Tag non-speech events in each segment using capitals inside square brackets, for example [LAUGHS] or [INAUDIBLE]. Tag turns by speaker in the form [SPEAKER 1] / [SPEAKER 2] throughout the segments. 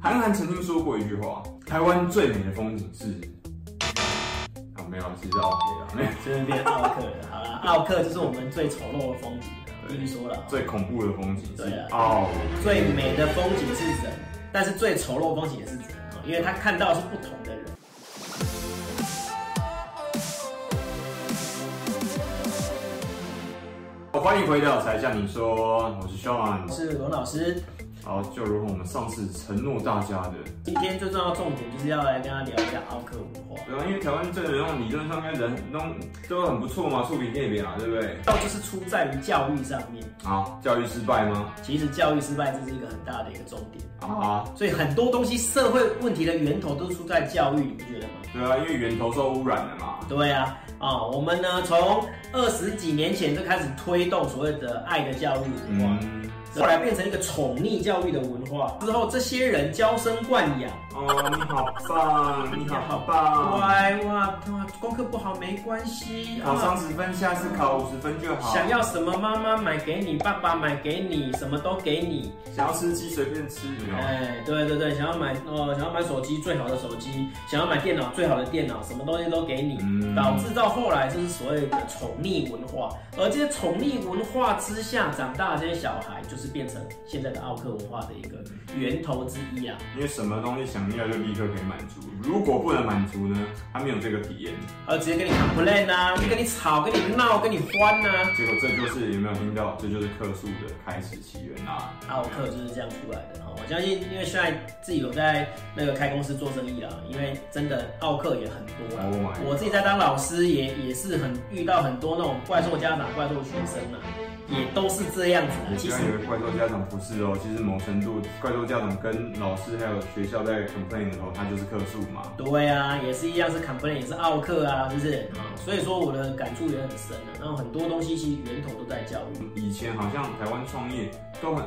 [SPEAKER 1] 韩寒曾经说过一句话：“台湾最美的风景是……啊，没有，其实 OK 啦，没有
[SPEAKER 2] 这边奥克了，好啦，奥克就是我们最丑陋的风景啊了，
[SPEAKER 1] 对
[SPEAKER 2] 听说了，
[SPEAKER 1] 最恐怖的风景是
[SPEAKER 2] 对啊
[SPEAKER 1] 哦，
[SPEAKER 2] 最美的风景是人，但是最丑陋的风景也是人，哦因为他看到的是不同的人。
[SPEAKER 1] 我欢迎回到才向你说，我是 Sean
[SPEAKER 2] 我。是罗老师，
[SPEAKER 1] 好，就如同我们上次承诺大家的，
[SPEAKER 2] 今天最重要的重点就是要来跟他聊一下奥克文化。
[SPEAKER 1] 对啊，因为台湾这人用理论上面人都都很不错嘛，树皮那边啊，对不对？
[SPEAKER 2] 到就是出在于教育上面，
[SPEAKER 1] 啊，教育失败吗？
[SPEAKER 2] 其实教育失败这是一个很大的一个重点，
[SPEAKER 1] 啊，
[SPEAKER 2] 所以很多东西社会问题的源头都出在教育，你不觉得吗？
[SPEAKER 1] 对啊，因为源头受污染了嘛。
[SPEAKER 2] 对啊，啊、我们呢从二十几年前就开始推动所谓的爱的教育文化，
[SPEAKER 1] 嗯，
[SPEAKER 2] 后来变成一个宠溺教育的文化，之后这些人娇生惯养，
[SPEAKER 1] 哦，你好棒，你好棒，
[SPEAKER 2] 乖哇，他妈功课不好没关系，
[SPEAKER 1] 考
[SPEAKER 2] 啊
[SPEAKER 1] 三十分，下次考五十分就好。
[SPEAKER 2] 想要什么妈妈买给你，爸爸买给你，什么都给你。
[SPEAKER 1] 想要吃鸡随便吃，有没有？
[SPEAKER 2] 哎，对对对，想要买哦，想要买手机最好的手机，想要买电脑最好的电脑，什么东西都给你，
[SPEAKER 1] 嗯
[SPEAKER 2] 导致到后来就是所谓的宠溺文化。而这些宠溺文化之下长大的这些小孩，就是变成现在的奥克文化的一个源头之一啊。
[SPEAKER 1] 因为什么东西想要就立刻可以满足，如果不能满足呢，他没有这个体验。
[SPEAKER 2] 而直接跟你 complain 啊，就跟你吵，跟你闹，跟你欢啊。
[SPEAKER 1] 结果这就是有没有听到？这就是客诉的开始起源啊啦。
[SPEAKER 2] 奥克就是这样出来的哈。哦我相信，因为现在自己有在那个开公司做生意啦，因为真的奥克也很多啦。
[SPEAKER 1] Oh my
[SPEAKER 2] 我自己在当老师也也是很遇到很多那种怪兽家长、怪兽学生啊，也都是这样子的。
[SPEAKER 1] 其
[SPEAKER 2] 其
[SPEAKER 1] 实
[SPEAKER 2] 实
[SPEAKER 1] 以为怪兽家长不是哦，其实某程度怪兽家长跟老师还有学校在 complain 的时候，他就是客诉嘛。
[SPEAKER 2] 对啊，也是一样是 complain，也是奥克啊，是不是？啊、所以说我的感触也很深啊。然后很多东西其实源头都在教育。
[SPEAKER 1] 以前好像台湾创业都很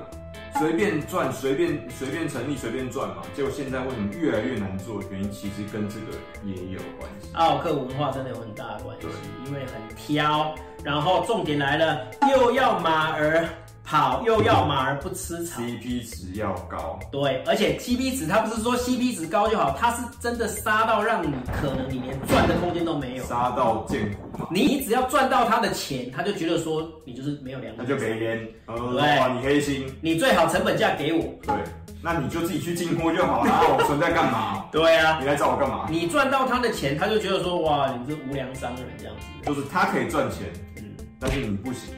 [SPEAKER 1] 随便赚、随便随便成立、随便赚嘛，结果现在为什么越来越难做？原因其实跟这个也有关系。
[SPEAKER 2] 奥克文化真的有很大的关系
[SPEAKER 1] 对，
[SPEAKER 2] 因为很挑，然后重点来了，又要马儿跑，又要马儿不吃草。
[SPEAKER 1] CP 值要高，
[SPEAKER 2] 对，而且 CP 值它不是说 CP 值高就好，它是真的杀到让你可能你连赚的空间都没有。
[SPEAKER 1] 杀到见骨嘛，
[SPEAKER 2] 你只要赚到他的钱，他就觉得说你就是没有良
[SPEAKER 1] 他
[SPEAKER 2] 心，
[SPEAKER 1] 就给烟，然后说
[SPEAKER 2] 对
[SPEAKER 1] 哇你黑心，
[SPEAKER 2] 你最好成本价给我。
[SPEAKER 1] 对，那你就自己去进货就好
[SPEAKER 2] [LAUGHS]
[SPEAKER 1] 啦，我存在干嘛？
[SPEAKER 2] 对啊，
[SPEAKER 1] 你来找我干嘛？
[SPEAKER 2] 你赚到他的钱，他就觉得说哇，你这无良商人这样子。
[SPEAKER 1] 就是他可以赚钱，
[SPEAKER 2] 嗯，
[SPEAKER 1] 但是你不行。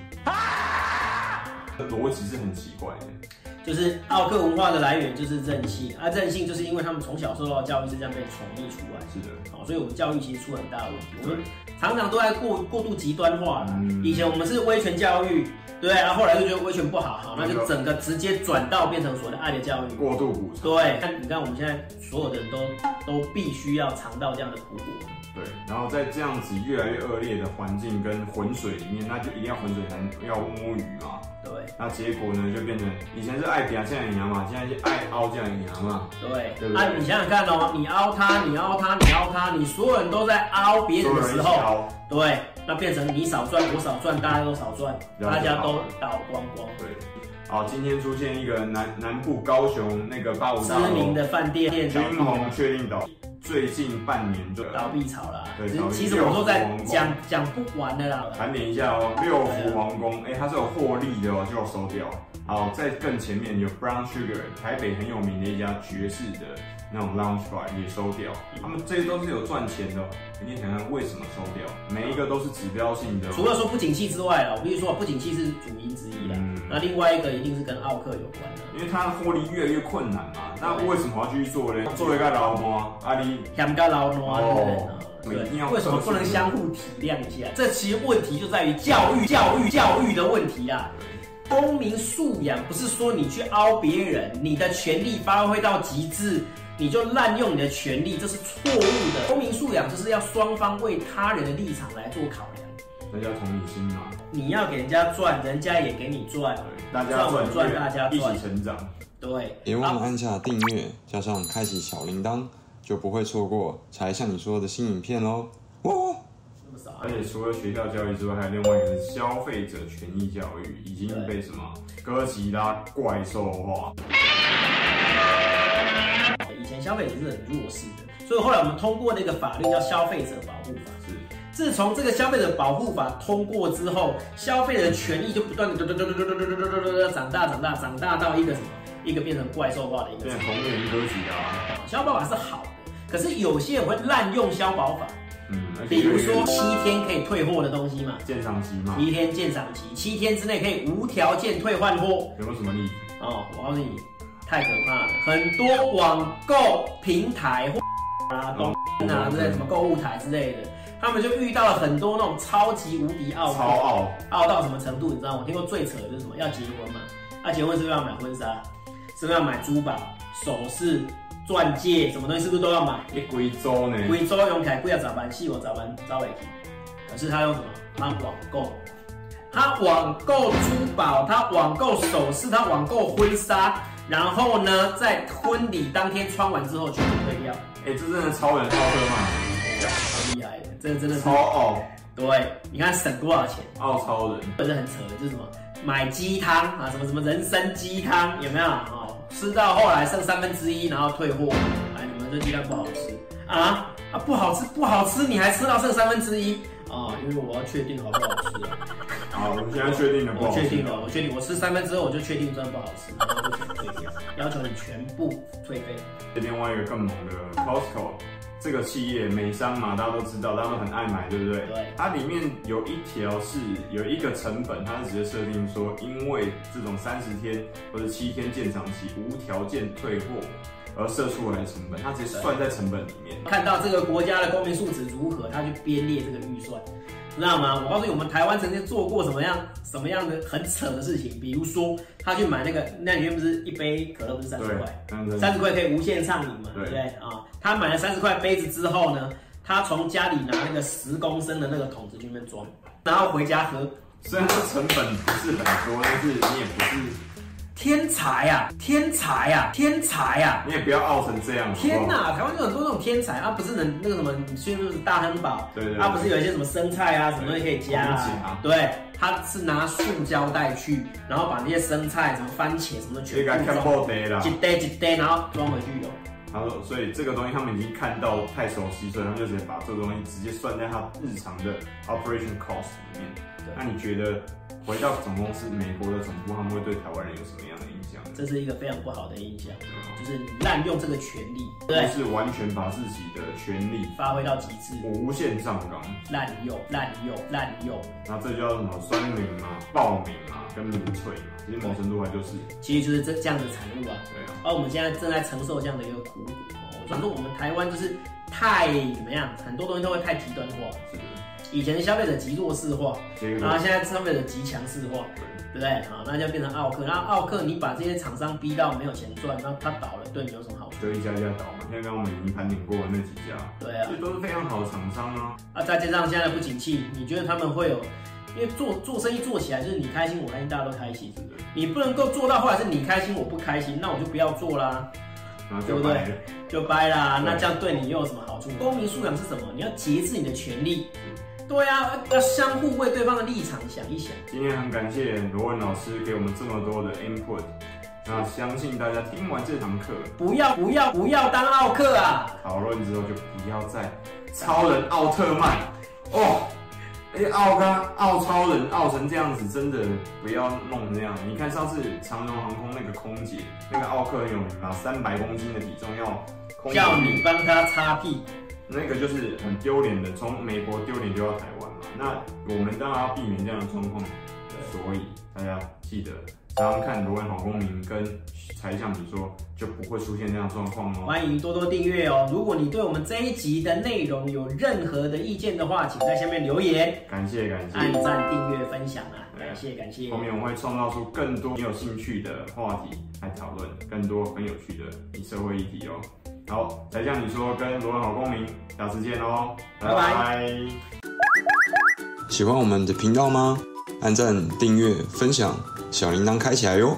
[SPEAKER 1] 这逻辑是很奇怪的，
[SPEAKER 2] 就是奥克文化的来源就是任性啊，任性就是因为他们从小受到教育是这样被宠溺出来的。
[SPEAKER 1] 是的，
[SPEAKER 2] 好，所以我们教育其实出很大的问题，我们常常都在过过度极端化了。
[SPEAKER 1] 嗯
[SPEAKER 2] 以前我们是威权教育，对，啊然后后来就觉得威权不好，好，那就整个直接转到变成所谓的爱的教育。
[SPEAKER 1] 过度补偿，
[SPEAKER 2] 对，看你看我们现在所有的人都都必须要尝到这样的苦果。
[SPEAKER 1] 对，然后在这样子越来越恶劣的环境跟浑水里面，那就一定要浑水才能要摸鱼嘛。
[SPEAKER 2] 对
[SPEAKER 1] 那结果呢，就变成以前是爱嗲这样赢嘛，现在是爱凹这样赢嘛。
[SPEAKER 2] 对，
[SPEAKER 1] 对不对
[SPEAKER 2] 啊，你想想看哦，你凹他，你凹他，你凹他，你所有人都在凹别人的时
[SPEAKER 1] 所有一起
[SPEAKER 2] 候，
[SPEAKER 1] 凹，
[SPEAKER 2] 对，那变成你少赚，我少赚，大家都少赚，
[SPEAKER 1] 了解
[SPEAKER 2] 大家都
[SPEAKER 1] 好
[SPEAKER 2] 倒光光。
[SPEAKER 1] 对，好，今天出现一个南南部高雄那个八五
[SPEAKER 2] 知
[SPEAKER 1] 大楼
[SPEAKER 2] 名的饭店店
[SPEAKER 1] 军
[SPEAKER 2] 倒闭
[SPEAKER 1] 红确定倒，最近半年就
[SPEAKER 2] 倒闭潮啦。
[SPEAKER 1] 对
[SPEAKER 2] 其实
[SPEAKER 1] 倒闭
[SPEAKER 2] 其实我都在
[SPEAKER 1] 六个
[SPEAKER 2] 讲讲不完的啦。
[SPEAKER 1] 盘点一下哦，六福皇宫，哎、它是有获利的哦，就收掉。好，在更前面有 Brown Sugar，台北很有名的一家爵士的那种 lounge bar 也收掉，他们这些都是有赚钱的哦。你想想为什么收掉？每一个都是指标性的哦、
[SPEAKER 2] 除了说不景气之外啦，我必须说不景气是主因之一啦。
[SPEAKER 1] 嗯
[SPEAKER 2] 那另外一个一定是跟奥克有关的。
[SPEAKER 1] 因为它获利越来越困难嘛，那为什么要继续做呢？做一个劳模，阿里
[SPEAKER 2] 香港老奴啊，
[SPEAKER 1] 哦
[SPEAKER 2] 对不
[SPEAKER 1] 一定
[SPEAKER 2] 对
[SPEAKER 1] 要
[SPEAKER 2] 啊？对，为什么不能相互体谅一下？这其实问题就在于教育、教育、教育的问题啦。公民素养不是说你去凹别人，你的权利发挥到极致，你就滥用你的权利，这是错误的。公民素养就是要双方为他人的立场来做考量。
[SPEAKER 1] 那叫同理心嘛，
[SPEAKER 2] 你要给人家赚，人家也给你赚，
[SPEAKER 1] 对，大家赚
[SPEAKER 2] 赚大家
[SPEAKER 1] 一
[SPEAKER 2] 赚
[SPEAKER 1] 起成长。
[SPEAKER 2] 对。
[SPEAKER 3] 别忘了按下订阅，加上开启小铃铛，就不会错过才向你说的新影片喽。哇、哦！
[SPEAKER 2] 那么少啊
[SPEAKER 1] 而且除了学校教育之外，还有另外一个是消费者权益教育，已经被什么哥吉拉怪兽化。
[SPEAKER 2] 消费者是很弱势的。所以后来我们通过了一个法律叫《消费者保护法》。
[SPEAKER 1] 是
[SPEAKER 2] 自从这个消费者保护法通过之后，消费者的权益就不断的嘟嘟嘟嘟嘟嘟嘟嘟嘟嘟长大长大长大到一个什么，一个变成怪兽化的一个
[SPEAKER 1] 变成红人歌曲啊，
[SPEAKER 2] 消保法是好的，可是有些人会滥用消保法，
[SPEAKER 1] 嗯，而且
[SPEAKER 2] 比如说七天可以退货的东西嘛，
[SPEAKER 1] 鉴赏机嘛，
[SPEAKER 2] 七天鉴赏期，七天之内可以无条件退换货。
[SPEAKER 1] 有没有什么例子？
[SPEAKER 2] 哦，我告诉你，太可怕了，很多网购平台或啊东啊之类什么购物台之类的，他们就遇到了很多那种超级无敌傲
[SPEAKER 1] 超
[SPEAKER 2] 傲
[SPEAKER 1] 傲，
[SPEAKER 2] 傲到什么程度？你知道吗我听过最扯的就是什么？要结婚嘛，要结婚是不是要买婚纱？是不是要买珠宝、首饰、钻戒，什么东西是不是都要买？
[SPEAKER 1] 一贵州呢，
[SPEAKER 2] 贵州永凯贵要咋办？戏我咋办？招伟去。可是他用什么？他网购，他网购珠宝，他网购首饰，他网购婚纱，然后呢，在婚礼当天穿完之后全部退掉，
[SPEAKER 1] 哎、这真的超人超车嘛，
[SPEAKER 2] 好厉害的，这个真的是
[SPEAKER 1] 超。傲，
[SPEAKER 2] 对，你看省多少钱，
[SPEAKER 1] 傲超人，
[SPEAKER 2] 真的很扯的，就是什么买鸡汤啊，什么什么人参鸡汤，有没有？哦，吃到后来剩三分之一，然后退货，哎，你们这鸡汤不好吃啊啊，不好吃不好吃，你还吃到剩三分之一啊？因为我要确定好不好吃啊。
[SPEAKER 1] 好，我们现在确定了不
[SPEAKER 2] 我
[SPEAKER 1] 好吃
[SPEAKER 2] 确定了，我确定，我吃三分之后我就确定真的不好吃，然后就全退掉，要求你全部退费。
[SPEAKER 1] 另外一个更猛的 Costco 这个企业，美商嘛，大家都知道，大家都很爱买，对不对？
[SPEAKER 2] 对
[SPEAKER 1] 它里面有一条是有一个成本，它是直接设定说，因为这种三十天或者七天鉴赏期无条件退货而设出来的成本，它直接算在成本里面。
[SPEAKER 2] 看到这个国家的公民素质如何，他去编列这个预算，知道吗？我告诉你，我们台湾曾经做过什么样什么样的很扯的事情，比如说他去买那个，那里面不是一杯可嗯乐不是三十
[SPEAKER 1] 对
[SPEAKER 2] 块，，
[SPEAKER 1] 那真的
[SPEAKER 2] 三十块可以无限畅饮嘛，对
[SPEAKER 1] 对
[SPEAKER 2] 不对啊？他买了三十块杯子之后呢，他从家里拿那个十公升的那个桶子去那边装，然后回家喝，
[SPEAKER 1] 虽然说成本不是很多，但是你也不是，
[SPEAKER 2] 天才呀、天才呀、天才啊呀、
[SPEAKER 1] 你也不要傲成这样。
[SPEAKER 2] 天
[SPEAKER 1] 哪！
[SPEAKER 2] 呐，台湾有很多那种天才啊，不是能那个什么，你去就是大亨堡，
[SPEAKER 1] 对对对
[SPEAKER 2] 啊，不是有一些什么生菜啊，什么东西可以加
[SPEAKER 1] 红景啊
[SPEAKER 2] 对，他是拿塑胶袋去，然后把那些生菜、什么番茄、什么的
[SPEAKER 1] 这
[SPEAKER 2] 全
[SPEAKER 1] 个
[SPEAKER 2] 部
[SPEAKER 1] 看
[SPEAKER 2] 装
[SPEAKER 1] 爆得啦。
[SPEAKER 2] 一袋一袋，然后装回去用。
[SPEAKER 1] 他说，所以这个东西他们已经看到太熟悉，所以他们就直接把这个东西直接算在他日常的 operation cost 里面
[SPEAKER 2] 对。
[SPEAKER 1] 那你觉得回到总公司美国的总部，他们会对台湾人有什么样的影响呢？
[SPEAKER 2] 这是一个非常不好的印象，
[SPEAKER 1] 对
[SPEAKER 2] 就是你滥用这个权利，
[SPEAKER 1] 吗
[SPEAKER 2] 对，
[SPEAKER 1] 就是完全把自己的权利
[SPEAKER 2] 发挥到极致，
[SPEAKER 1] 无限上纲。
[SPEAKER 2] 滥用、滥用、滥用。
[SPEAKER 1] 那这叫什么？酸民嘛、暴民嘛、跟民粹嘛，其实某程度上就是
[SPEAKER 2] 其实就是这这样的产物啊。
[SPEAKER 1] 对啊。
[SPEAKER 2] 而我们现在正在承受这样的一个苦果。我想说，我们台湾就是太怎么样，很多东西都会太极端化。
[SPEAKER 1] 是的
[SPEAKER 2] 以前消费者极弱势化，
[SPEAKER 1] 结
[SPEAKER 2] 然后
[SPEAKER 1] 果
[SPEAKER 2] 现在消费者极强势化，
[SPEAKER 1] 对
[SPEAKER 2] 对不对？好，那就变成奥克。然后奥克，你把这些厂商逼到没有钱赚，那他倒了，对你有什么好处？
[SPEAKER 1] 就一家一家倒嘛。现在刚刚我们已经盘点过的那几家，
[SPEAKER 2] 对啊
[SPEAKER 1] 这，都是非常好的厂商啊。
[SPEAKER 2] 啊，再加上现在的不景气，你觉得他们会有？因为做做生意做起来就是你开心我开心，大家都开心。
[SPEAKER 1] 对
[SPEAKER 2] 你不能够做到后来是你开心我不开心，那我就不要做啦。
[SPEAKER 1] 然后就买了，
[SPEAKER 2] 就掰啦。
[SPEAKER 1] 对
[SPEAKER 2] 那这样对你又有什么好处？公民素养是什么？你要节制你的权利。对啊，要相互为对方的立场想一想。
[SPEAKER 1] 今天很感谢罗文老师给我们这么多的 input，那相信大家听完这堂课
[SPEAKER 2] 不要不要不要当奥克啊！
[SPEAKER 1] 讨论之后，就不要再超人奥特曼哦，哎、奥刚奥超人奥成这样子，真的不要弄这样。你看上次长荣航空那个空姐，那个奥克很有名嘛，三百公斤的体重要空姐
[SPEAKER 2] 叫你帮他擦屁，
[SPEAKER 1] 那个就是很丢脸的，从美国丢脸丢到台湾嘛。那我们当然要避免这样的状况，所以大家记得常常看《罗文好公民》跟《才向你说》，就不会出现这样的状况哦。
[SPEAKER 2] 欢迎多多订阅哦。如果你对我们这一集的内容有任何的意见的话，请在下面留言、
[SPEAKER 1] 感谢感
[SPEAKER 2] 按
[SPEAKER 1] 谢，
[SPEAKER 2] 赞、订阅、分享啊！感谢感谢
[SPEAKER 1] 后。面我们会创造出更多你有兴趣的话题来讨论，更多很有趣的社会议题哦。好，才向你说跟《罗文好公民》，下次见哦，
[SPEAKER 2] 拜拜
[SPEAKER 1] 拜
[SPEAKER 3] 喜欢我们的频道吗？按赞、订阅、分享，小铃铛开起来哟！